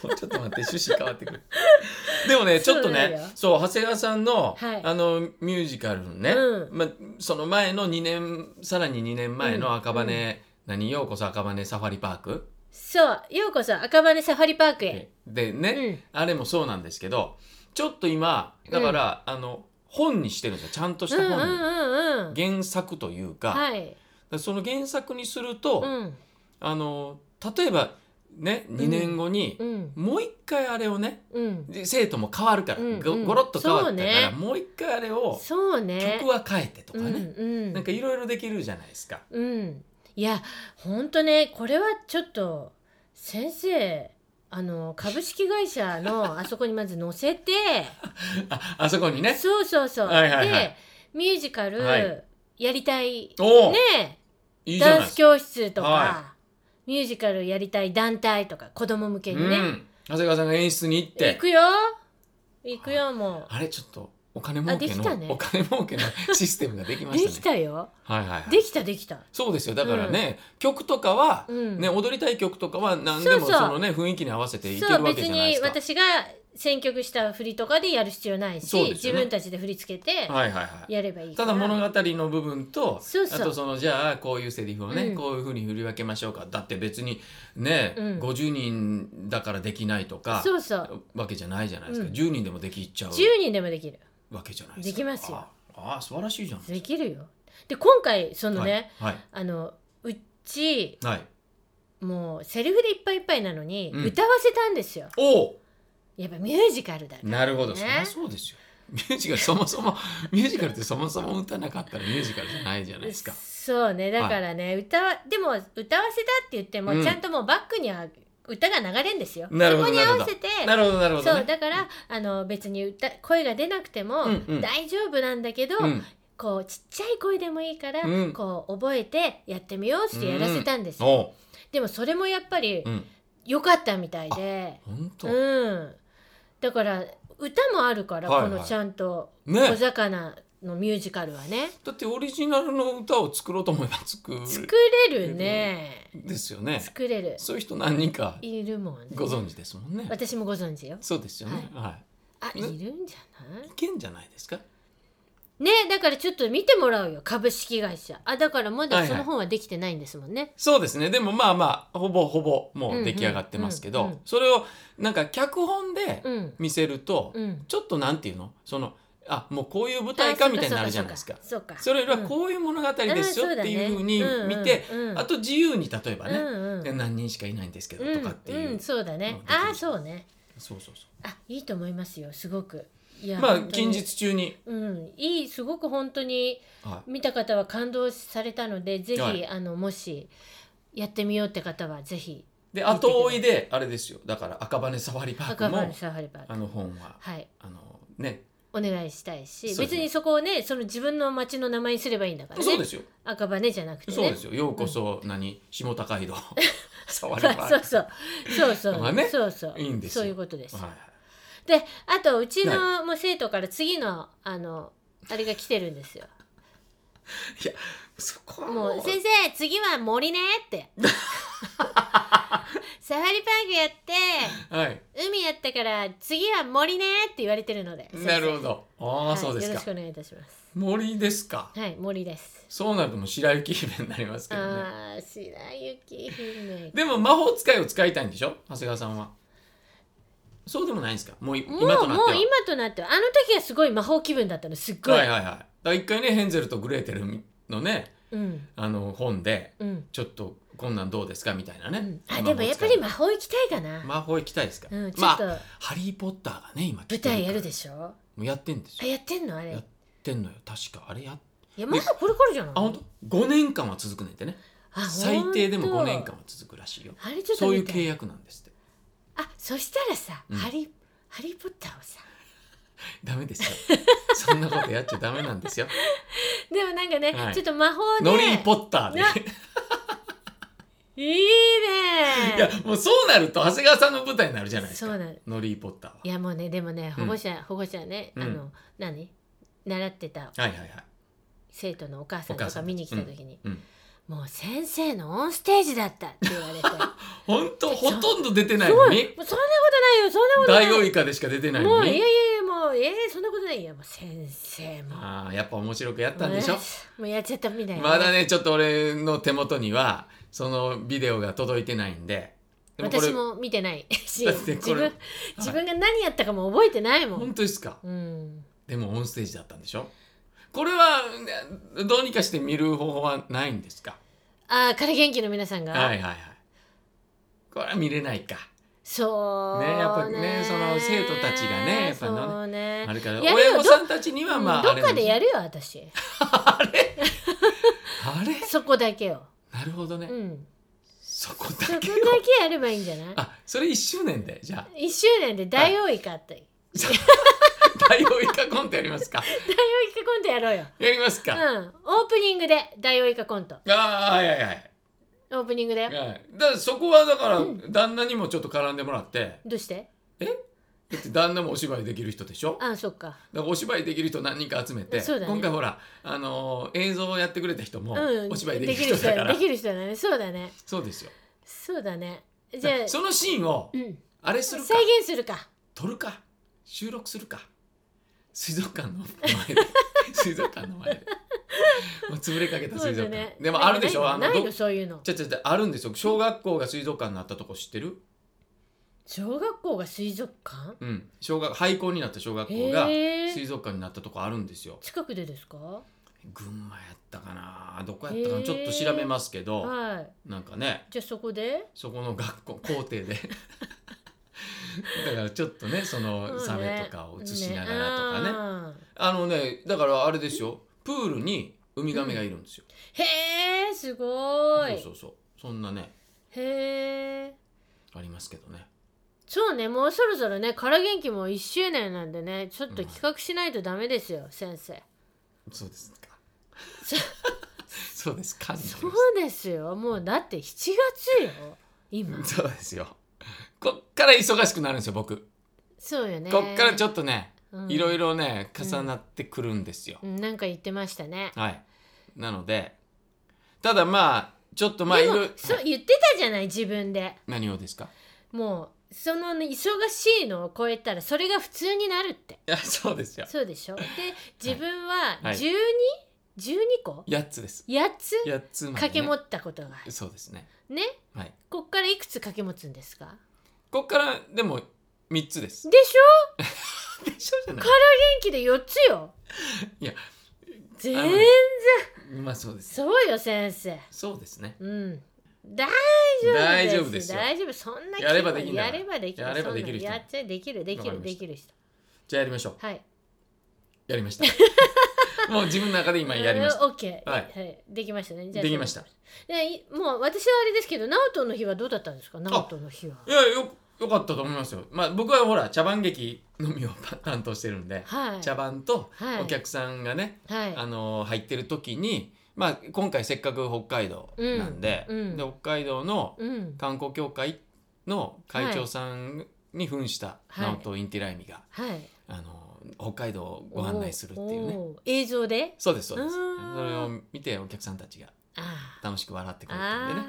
つ。もうちょっと待って、趣旨変わって [laughs] くる。でもね、ちょっとそうだねよ、そう、長谷川さんの、はいあの、ミュージカルのね、うんま、その前の2年、さらに2年前の赤羽、何、ようこそ赤羽サファリパークそうようこそ赤羽サファリパークへ、でうね、ん、あれもそうなんですけど、ちょっと今、だから、あの、本にしてるんですよ。ちゃんとしうたん本うに。んうんうん原作というか、はい、その原作にすると、うんあの、例えば、ね、2年後に、うんもう一回あれをね、うんで生徒も変わるから、うんごうんごろっと変わったかそら、うねもう一回あれをそうね曲は変えてとかね、うんうん、なんかいろいろできるじゃないですか。うんいやほんとねこれはちょっと先生あの株式会社のあそこにまず載せてああそこにねそうそうそう、はいはいはいでミュージカはいルやりたい、おお、ねいいじゃないダでンスすか。教室とか、はミュージカルやりたい団体とか子供向けうにね、ん、長谷川さんが演出に行っ行てくよ行くよもあれちょっとお金儲けあできたの、ねお金儲 [laughs] けのシステムができう、ましたね。できたよはいはいはい、できたできたそうですよだからね、曲とかは、うんね踊りたい曲とかは何でもそうそそうのね雰囲気に合わせていけそるうわ別けじゃないでにすか。私が選曲した振りとかでやる必要ないし、そうです自よね分たちで振り付けてはいはいはい。やればいいかたら、だ物語の部分とそうそうあとそのじゃあこういうセリフをね、うんこういうふうに振り分けましょうかだって別にね、うん50人だからできないとかそうそうわけじゃないじゃないですか、うん10人でもできちゃう10人でもできるわけじゃないですかできますよああ素晴らしいじゃんできるよで今回そのね、はいあのうちはい、はい、もうセリフでいっぱいいっぱいなのに、うん歌わせたんですよおおやっぱミュージカルだからなるほど、ねそりゃそうですよミュージカルそもそもミュージカルってそもそも歌なかったらミュージカルじゃないじゃないですかそうねだからね、歌はでも歌わせたって言っても、うんちゃんともうバックには歌が流れるんですよなるほどそこに合わせてなるほどなるほど、ね、そうだからあの別に歌声が出なくてもうんうん大丈夫なんだけど、うん、こうちっちゃい声でもいいから、うんこう覚えてやってみようってやらせたんですよ、おうでもそれもやっぱりうん良かったみたいで、本当、うん、だから歌もあるから、はいはいこのちゃんと小ね魚のミュージカルはねだってオリジナルの歌を作ろうと思えば作る作れるねですよね。作れるそういう人何人かいるもんねご存知ですもんね。私もご存知よそうですよね。はあいねるんじゃないい。いけんじゃないですか。ねだからちょっと見てもらうよ株式会社あだからまだその本はできてないんですもんね、そうですね。でもまあまあほぼほぼもう出来上がってますけうんうんうんどうん、それをなんか脚本で見せるとうんうんちょっとなんていうの、そのあもうこういう舞台かみたいになるじゃないですか。そうかそれよりはこういう物語ですよっていうふうに見て、あと自由に例えばねね、うんうん何人しかいないんですけどとかってうん、。いううんそうだねのができるああそうねそうそうそ。あいいと思いますよすごくいうやまあ本当に近日中に。うんいいすごく本当にはい見た方は感動されたのでぜひ、はいあのもしやってみようって方はぜひで見てください後追いであれですよだから赤羽サファリパーク赤も羽サファリパーあクの本ははいあのねお願いしたいしそうです別にそこをねその自分の町の名前にすればいいんだからねそうですよ赤羽じゃなくてねそうですよようこそ何下 [laughs] 高井戸サファリパークそうそうそうそう、まあねそうそういいんですよそういうことです、はいはいであとうちのもう生徒から次のあのあれが来てるんですよそこはももうう先生次は森ねって [laughs] サファリパークやってはい海やったから次は森ねって言われてるのでなるほどああ先生そうはいでよすろしくかお願いいたします森ですかはい森ですそうなるともう白雪姫になりますけどねああー白雪姫でも魔法使いを使いたいんでしょ長谷川さんはそうでもないんですかもういもう今となってはもう今となってはあの時はすごい魔法気分だったのすっごい、はいはいはいだから一回ねヘンゼルとグレーテルのねうんあの本でうん、ちょっとこんなんどうですかみたいなね、うん、魔あ法でもやっぱり使魔法行きたいかな、い魔法行きたいですか、うん、ちょまっあとハリー・ポッターがね今舞台やるででしょ、もうやってんですあよややってんのあれやってんのよ確かあれやいやまだこれからじゃないあ本当5年間は続くねんってねあ最低でもほ5んと年間は続くらしいよあれちょっとそういう見た契約なんですってあそしたらさ、うんハリハリー・ポッターをさダメですよ [laughs] そんなことやっちゃダメなんですよでもなんかね、はいちょっと魔法でノリー・ポッターでないいねいやもうそうなると長谷川さんの舞台になるじゃないですそかうなのノリー・ポッターはいやもうねでもねう保ん護者、保護者ね、うんあの何習ってたはいはいはい生徒のお母さんおと母さかん見に来た時に、うんもう先生のオンステージだったって言 [laughs] われて本当ほとんど出てないすのごいにもうそんなことないよそんなことな大い王以下でしか出てないものういやいにやいやもうええそんなことないよもう先生もああやっぱ面白くやったんでしょもうもうやっちゃったみたいな、まだねちょっと俺の手元にはそのビデオが届いてないんででもこれ私も見て [laughs] ないしだって自これ分自分が何やったかも覚えてないもん、本当ですかうんでもオンステージだったんでしょこれはねどうにかして見る方法はないんですかああから元気の皆さんが、はいはいはいこれは見れないかそうねやっぱねその生徒たちがねやっぱのねそうねあれからやるよ親御さんたちにはうんまあどあっれかなんでやるよ [laughs] 私あれそこだけをなるほどねうんそこそこだだけけをやればいいんじゃないあそれ1周年でじゃあ [laughs] 一周年で大王イカって、大王イカコントやりますか大王イカコントやろうよやりますか、うんオープニングで大王イカコントああはいはいはいオープニングだよはい、だからそこはだから旦那にもちょっと絡んでもらってどうしてだって旦那もお芝居できる人でしょあそっかだからお芝居できる人何人か集めて、そうだね今回ほら、あのー映像をやってくれた人もうんお芝居できる人だから、できる人だねそうだねそうですよそうだねじだゃからあそのシーンをうんあれす再る現かするか撮るか収録するか水族館の [laughs] 前で水族館の前でもう潰れかけたそ水族うだ館、ねでもあるでしょないあののないどのそういうのちゃちゃちゃあるんですよ小学校が水族館になったとこ知ってる小学校が水族館うん小学廃校になった小学校がへえ水族館になったとこあるんですよ近くでですか群馬やったかなどこやったへかなえちょっと調べますけど、はいなんかねじゃあそこでそこの学校校庭で [laughs] だからちょっとねそのサメとかを映しながらとかねかねあのねだからあれですよプールにウミガメがいるんですよ、へえすごそういそうそうそんなねへえありますけどねそうねもうそろそろねから元気も1周年なんでねちょっと企画しないとダメですよ、先生そうですかそ [laughs] そうですかそうですよもうだって7月よ今そうですよこっから忙しくなるんですよ僕そうよねこっからちょっっとねといろいろろね重なってくるんですよ、なんか言ってましたねはいなのでただまあちょっとまあいでもろいそうはい言ってたじゃない自分で何をですかもうその忙しいのを超えたらそれが普通になるっていやそうですよそうでしょで自分ははい 12?12 個8つです8つ8つまで、ね、掛け持ったことがあるそうですねねはいこっからいくつ掛け持つんですかこっからでも3つですでしょでしょじゃない元気で4つよいや全あの然ねまあそうですそうよ先生そうですねうん大大丈丈夫夫でですすよ大丈夫そんなやればできんだかやらればできるやればできる人そんなのやっちゃえできるできわかりるましでたきる人じゃあやりましょうはいやりました [laughs] もう自分の中で今やりましたオッケーははいいできましたねじゃあできましたでいもう私はあれですけど直人の日はどうだったんですか直人の日はいやよよかったと思いますよまあ僕はほら茶番劇のみを担当してるんで、はい茶番とはいお客さんがね、はいあのー入ってる時に、まあ、今回せっかく北海道なんで,、うんうんで北海道のうん観光協会の会長さんに扮したはい直人インティライミが、はいあのー北海道をご案内するっていうねおー映像でそうですそうですうーんそれを見てお客さんたちがあ楽しく笑ってーくれたんでね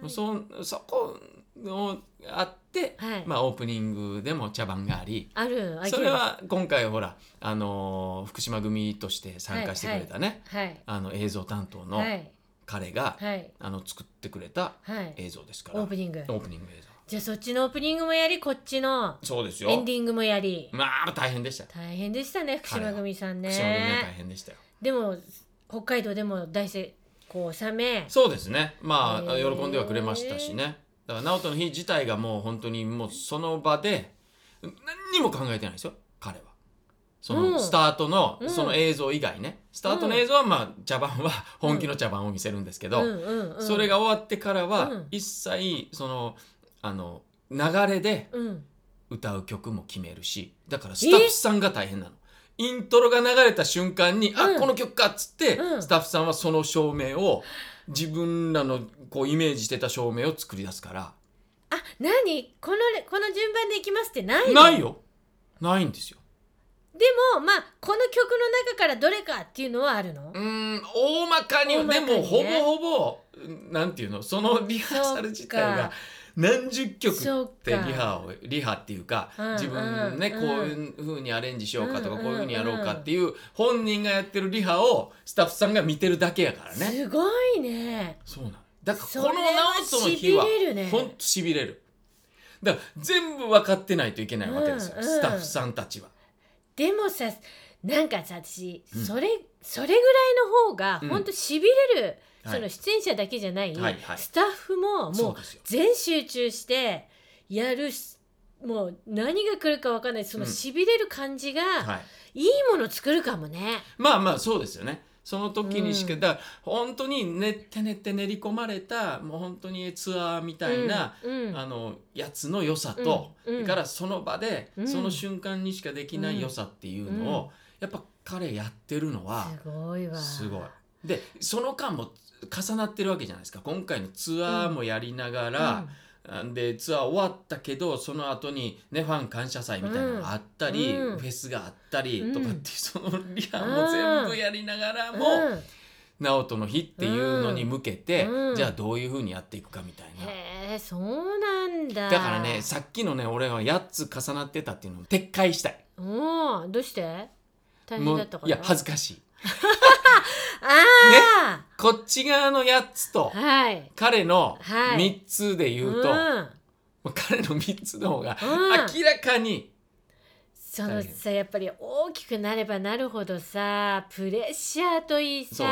あもうーそそこをあって、はいまあ、オープニングでも茶番がありあるあるそれは今回ほら、あのー福島組として参加してくれたね、はいあの映像担当のはい彼が、はいあの作ってくれたはい映像ですからオープニングオープニング映像じゃあそっちのオープニングもやりこっちのそうですよエンディングもやりまあ大変でした、大変でしたね福島組さんね、福島組は大変でしたよでも北海道でも大成功を収めそうですねまあへー喜んではくれましたしねだから直人の日自体がもう本当にもうその場で何にも考えてないですよ彼はそうんのスタートのうんその映像以外ねスタートの映像はまあ茶番は [laughs] 本気の茶番を見せるんですけど、うんうんうん、それが終わってからうはん一切そのあの流れでうん歌う曲も決めるしだからスタッフさんが大変なの。イントロが流れた瞬間に「うんあこの曲か」っつって、うんスタッフさんはその照明を自分らのこうイメージしてた照明を作り出すからあ何このれこの順番でいきますってないのないよないんですよ。でもまあこの曲の中からどれかっていうのはあるのうーん大まかに大まかにねでもほぼほぼうんなんていうのそのリハーサル自体そっがか何十曲っそってリかハをリハっていうか、うん自分ね、うんこういうふうにアレンジしようかとか、うんこういうふうにやろうかっていう本人がやってるリハをスタッフさんが見てるだけやからね。すごいねそうなのだからそこれのは直人の日はしびれるねほんとしびれる。だから全部分かってないといけないわけですよ、うんうんスタッフさんたちは。でもさなんかさ私、うんそれそれぐらいの方がうんほんとしびれる、はいその出演者だけじゃない、はいはいスタッフもそもううですよ全集中してやるしもう何が来るかわかんないそのうんしびれる感じが、はいい、いもの作るかもね。まあまあそうですよねその時にしか、うんだから本当に練って練って練り込まれたもう本当にツアーみたいな、うん、うんあのやつの良さと、うんうんだからその場で、うんその瞬間にしかできない良さっていうのを、やっぱ彼やってるのはすごいわ。すごい。でその間も重なってるわけじゃないですか今回のツアーもやりながら、でツアー終わったけどその後にねファン感謝祭みたいなのがあったり、うんフェスがあったりとかうって、んそのリハも全部やりながらうん、も、うん直人の日っていうのに向けて、うんじゃあどういうふうにやっていくかみたいな。へえそうなんだ。だからねさっきのね俺は8つ重なってたっていうのを撤回したいうんどうして大変だったからいや恥ずかしいあこっち側の8つとあ、はい。彼のはい3つで言うんと、もう彼の3つの方がうん明らかに、その大変さやっぱり大きくなればなるほどさプレッシャーといいさそ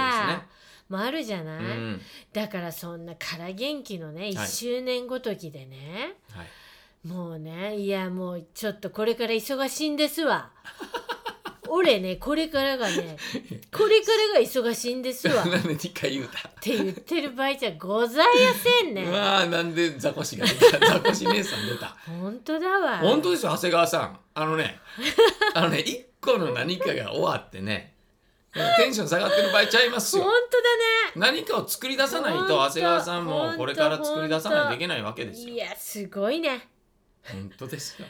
もうあるじゃなうい、んだからそんなから元気のねい1周年ごときでね、はい、もうねいやもうちょっとこれから忙しいんです [laughs] わ俺ねこれからがねこれからが忙しいんですわっなんで2回言うた、て言ってる場合じゃございませんうねわあなんでザコシが出 [laughs] たザコシ姉さん出た本当だわ本当ですよ長谷川さんあの [laughs] ねあのね1個の何かが終わってねテンション下がってる場合ちゃいます本よ当だね何かを作り出さないと本当長谷川さん本も当これから作り出さないといけないわけですいよ。やすごいね本当ですよ。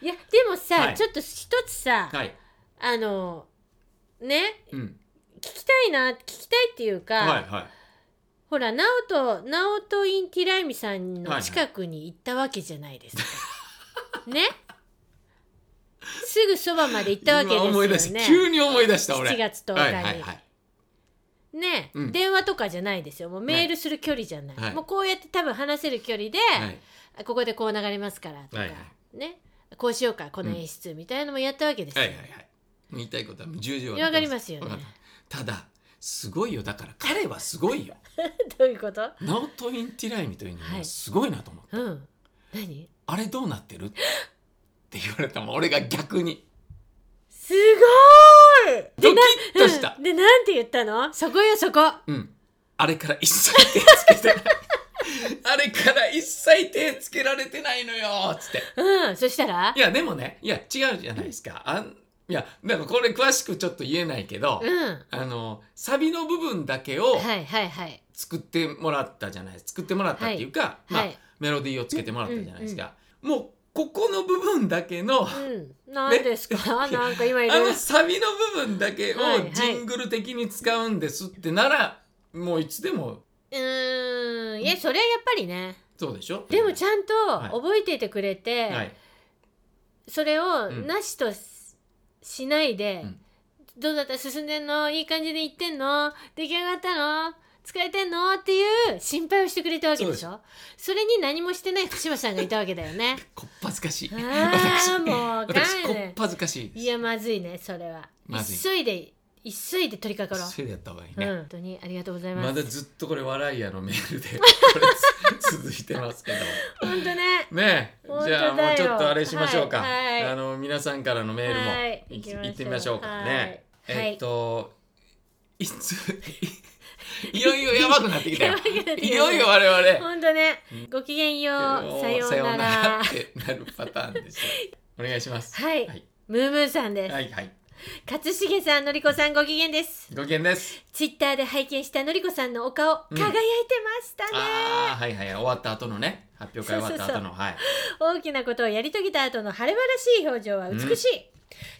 いやでもさ、はいちょっと一つさ、はい。あのねうん。聞きたいな聞きたいっていうか、はいはほら直人直人インティライミさんはいはのい近くに行ったわけじゃない [laughs] ですか、ねすぐそばまで行っい。たわけです今思い出よしねた。急に思い出した俺。 7月10日に、はいはいはい。ね、うん電話とかじゃないですよもうメールする距離じゃない、はいもうこうやって多分話せる距離で、はいここでこう流れますからとか、はいはねこうしようかこの演出みたいなのもやったわけですはよ、いはいはい。言いたいことは十々わかりますよねわかったただすごいよだから彼はすごいよ。どういうことナオトインティライミというのはいはすごいなと思って。うん何あれどうなってる？って言われたもん俺が逆にすごーいドキッとしたう。んでなんて言ったのそこよそこうん、あれから一切手つけてない [laughs] あれから一切手つけられてないのよつってうんそしたらいやでもねいや違うじゃないですかあんいやなんかこれ詳しくちょっと言えないけど、うんあのサビの部分だけをはいはいはい作ってもらったじゃない作ってもらったっていうか、まあはいメロディーをつけてもらったじゃないですか、もうここの部分だけうの、んなんですか [laughs] ねなんか今いあろいのろサビの部分だけをはいはいジングル的に使うんですってならもういつでもうーんいやそれはやっぱりねそうでしょでもちゃんとい覚えていてくれて、はい、それをうんなしとししないで、うんどうだった進んでんのいい感じでいってんの出来上がったの疲れてんのっていう心配をしてくれたわけでしそょそれに何もしてない福島さんがいたわけだよねこっぱずかしいあ [laughs] 私ーもう私こ帰っるぱずかしいですいやまずいねそれはまずい急いで急いで取り掛かろうそれでやった方がいいうん、ね、本当にありがとうございます。まだずっとこれ笑いやのメールでこれつ続いてますけど本当ね。ねえ本当じゃあだもようちょっとあれしましょうか、はいはいあの皆さんからのメールもはいいき行きましょう行ってみましょうかね、はいえっといつい [laughs] よいよやばくなってきたよやばくなってきたいよいよ我々本当ね。ごきげんよう。さようなら。ってなるパターンですよお願いしますはい、はいムームーさんです。はいはい勝重さん、のりこさん、ごきげんです。ご機嫌ですツイッターで拝見したのりこさんのお顔、うん輝いてましたね。ああはいはい終わった後のね発表会終わった後のはい大きなことをやり遂げた後の晴れ晴らしい表情は美しい。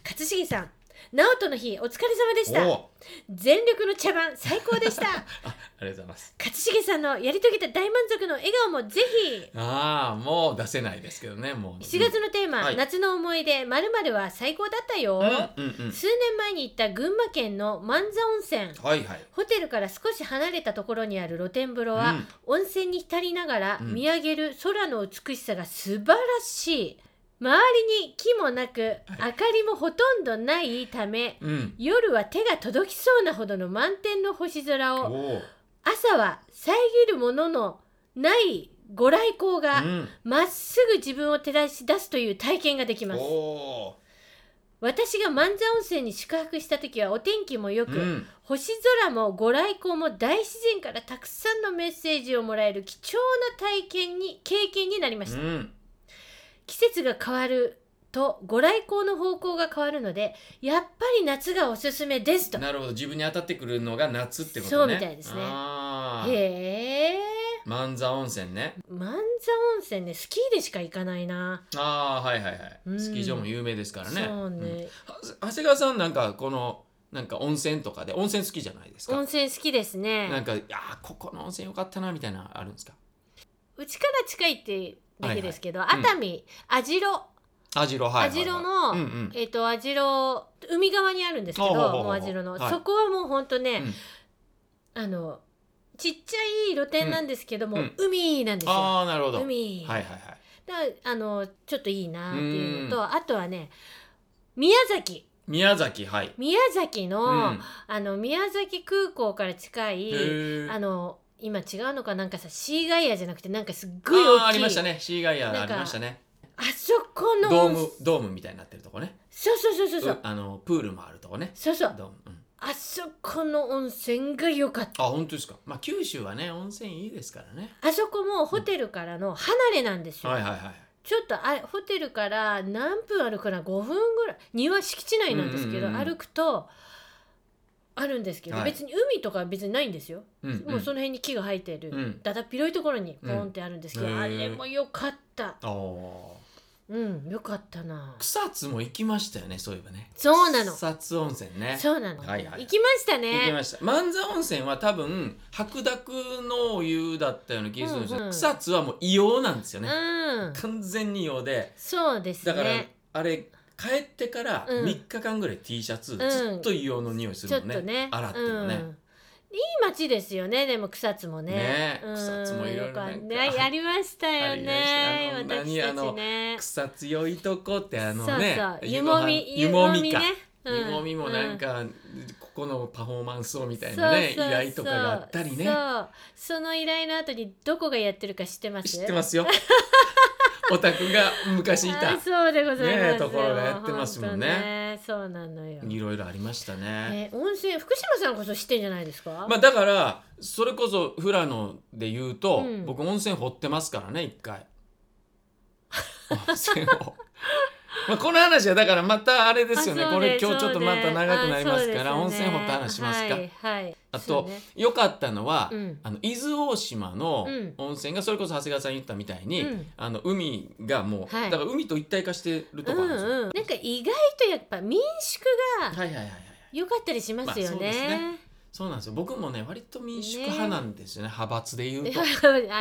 勝重さん。直人の日お疲れ様でしおたお全力の茶番最高でしたあありがとうございます勝重さんのやり遂げた大満足の笑顔もぜひああもう出せないですけどねもう7月のテーマ、はい夏の思い出まるまるは最高だったよ、うんうんうん数年前に行った群馬県の万座温泉はいはいホテルから少し離れたところにある露天風呂は、うん温泉に浸りながらうん見上げる空の美しさが素晴らしい、周りに木もなくは明かりもほとんどないためうん夜は手が届きそうなほどの満天の星空おをお朝は遮るもののないご来光が、うんまっすぐ自分を照らし出すという体験ができますおお私が万座温泉に宿泊した時はお天気も良く、うん星空もご来光も大自然からたくさんのメッセージをもらえる貴重な体験に経験になりましうた、ん季節が変わるとご来光の方向が変わるのでやっぱり夏がおすすめですとなるほど自分に当たってくるのが夏ってことねそうみたいですねああへえ万座温泉ね万座温泉ねスキーでしか行かないな、ああはいはいはうんいスキー場も有名ですからねそううんね、は長谷川さんなんかこのなんか温泉とかで温泉好きじゃないです温か。泉好きですねなんかいやーここの温泉良かったなみたいなのあるんですか。うちから近いってだけですけど、いはいうん熱海、網代、アジロはいはいはい。網代のうんうん。えっ、と網代海側にあるんですけど、ほうほうほうほうもう網代の、はいそこはもうほんとねう、んあのちっちゃい露店なんですけども、うん海なんですよ。ああなるほど。はい海、はいはい。だあのちょっといいなっていうのうとあとはね宮崎宮崎はい。宮崎の,、うん。あの宮崎空港から近い、へーあの今違うのかなんかさシーガイアじゃなくてなんかすっごい大きいあーありましたね。シーガイアありましたね。あそこのドームドームみたいになってるとこね。そうそうそうそうそううあのプールもあるとこね。そうそうドーム。うんあそこの温泉が良かったあ本当ですか。まあ九州はね温泉いいですからね。あそこもホテルからの離れなんですよ、はいはいはい。ちょっとあホテルから何分歩くかな5分ぐらい庭敷地内なんですけど、うんうんうん歩くとあるんですけど、はい別に海とか別にないんですよ、うんもううんそ。の辺に木が生えてる、うんだだっ広いところにポンってあるんですけど、うんあれも良かったああ。うん良かったな草津も行きましたよねそういえばね。そうなの草津温泉ね。そうなの、はいはい行きました行きねました万座温泉は多分白濁のお湯だったような気がするんですよ、うんうん草津はもう硫黄なんですよね、うん完全に硫黄でそうですだから、ねあれ帰ってからうん3日間ぐらい T シャツ、んずっと硫黄の匂いすちょるっもんね,、とね洗ってもね、うんいい街ですよねでも草津もねねうん草津もいろいろなんかよくねやりましたよねありま私したあたのちね草津良いとこってあそうのそうね湯もみ湯もみか、ね湯もみもなんか、ここのパフォーマンスをみたいなそうねそうそう依頼とかがあったりねそうその依頼の後にどこがやってるか知ってます知ってま [laughs] すよオタクが昔いたあそうでございますねえところがやってますもんね本当そうなのよいろいろありましたね。え温泉福島さんこそ知ってんじゃないですかまあだからそれこそ富良野で言うと、うん僕温泉掘ってますからね一回温泉 [laughs] を。まあこの話はだからまたあれですよねあそこうでれ今日ちょっとまた長くなりますからそう温です泉あそうですよね掘った話しますか。はいはいあそうとね良、かったのは、うんあの伊豆大島のうん温泉がそれこそ長谷川さん言ったみたいに、うんあの海がもう、はいだから海と一体化してるとこあるんですよ。うんうん、なんか意外とやっぱ民宿がはいはいはいはい。良かったりしますよまあそうですねね。そうなんですよ。僕もね、割と民主派なんですよね。派閥で言 [laughs] うと。あ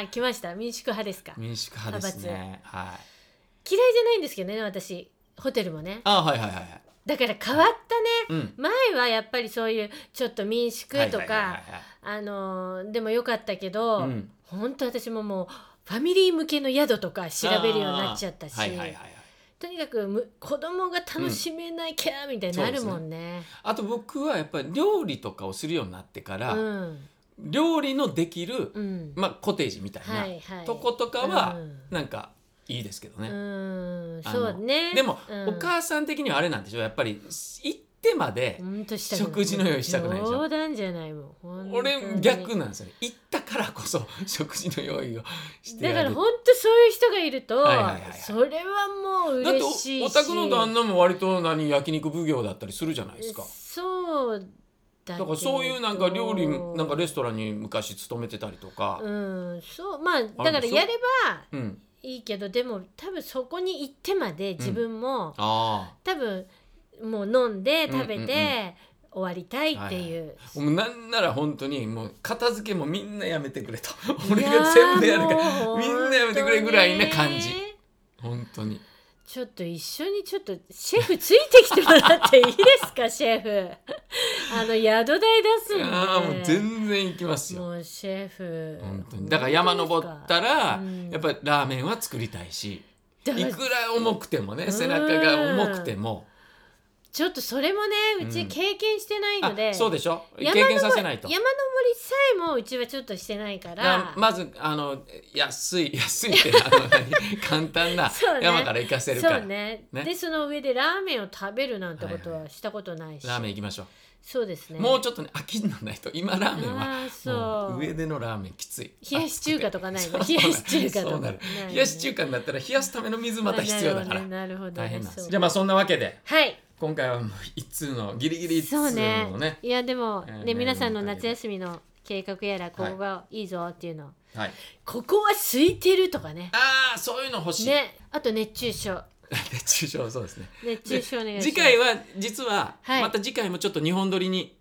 来ました民宿派ですか。嫌い民主派ですね。はい。じゃないんですけどね私ホテルもね。あ、はいはいはいはい。だから変わったねうん前はやっぱりそういうちょっと民宿とはいはいはいかあのーでもよかったけど、はいうん本当私ももうファミリー向けの宿とか調べるようになっちゃったし、あーはいはいはいはいとにかくむ子供が楽しめないキャーみたいになるもんね。あと僕はやっぱり料理とかをするようになってかうら、ん料理のできる、うんまあ、コテージみたいな、はいはいとことかはうんなんかいいですけどね、うんあのそうねでも、うんお母さん的にはあれなんでしょうやっぱり行ってまでほ、んとしたくない食事の用意したくないでしょ冗談じゃないもんほんとに俺逆なんですよね行ったからこそ [laughs] 食事の用意をしてだやからるほんとそういう人がいると、はいはいはいはいそれはもうだって嬉しいしおお宅の旦那も割と何焼肉奉行だったりするじゃないですかそうだけだどからそういうなんか料理なんかレストランに昔勤めてたりとか、うんそうまあだからやればうんいいけどでも多分そこに行ってまで自分も、あ多分もう飲んでうんうんう食んべて終わりたいっていう、あもうなんなら本当にもう片付けもみんなやめてくれと俺いやがー全部やるからもうみんなやめてくれぐらいな感じ本当ね本当にちょっと一緒にちょっとシェフついてきてもらっていいです [laughs] かシェフあの宿代出すんでああもう全然行きますよもうシェフ本当にだから山登ったら、うんやっぱりラーメンは作りたいしだからいくら重くてもねん背中が重くてもちょっとそれもねううちん経験してないので、あそうでしょ経山験させないと山登りさえもうちはちょっとしてないからなまずあの安い [laughs] 安いってあの何簡単なそうね山から行かせるから、そうねねでその上でラーメンを食べるなんてことはいはしたことないし、ラーメン行きましょそうですねう、もうちょっとね飽きるのないと今ラーメンはあーそうもう上でのラーメンきつい冷やし中華とかないの暑くて冷やし中華とかそうなるないね冷やし中華になったら冷やすための水また必要だから、あなるほどね、大変るなほんどでねすじゃあまあそんなわけでそうはい今回はもう一通のギリギリ一通そのうねねいやでも、えーねね皆さんの夏休みの計画やらここがいいぞっていうの、はい、ここは空いてるとかねああそういうの欲しい、ねあと熱中症 [laughs] 熱中症そうですね熱中症お願いします次回は実は、はいまた次回もちょっと日本撮りに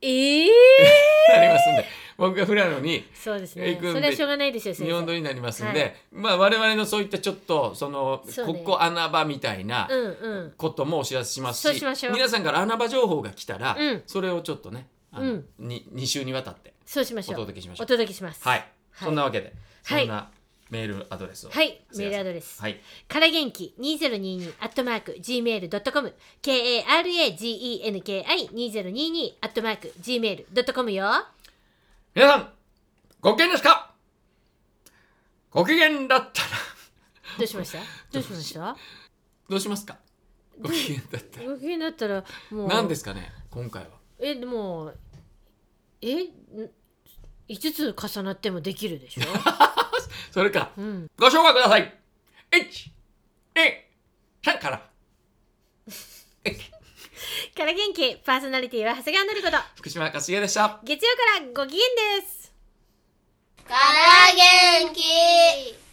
ええなり [laughs] ますんで僕が富良野にそうですね行くんでそれはしょうがないですよ先日本撮生りになりますんで、はいまあ我々のそういったちょっとそのそうこねこ穴場みたいなうんうんこともお知らせしますそうししましょう皆さんから穴場情報が来たら、うんそれをちょっとねあの、うんに2週にわたってそうしましょうお届けしましょうお届けしますはい、はいそんなわけで、はいそんなメールアドレスをはいすませメんールアドレスはいから元気2022アットマーク gmail.com k-a-r-a-g-e-n-k-i2022 アットマーク gmail.com よ皆さんご機嫌ですかご機嫌だったらどうしま [laughs] したどうしましたどうしますかご機嫌だったらご機嫌だったらもう何ですかね今回はえでもえん5つ重なってもできるでしょそれかうんご紹介ください123から [laughs] から元気パーソナリティは長谷川のり子と福島かすげでした月曜からご機嫌ですから元気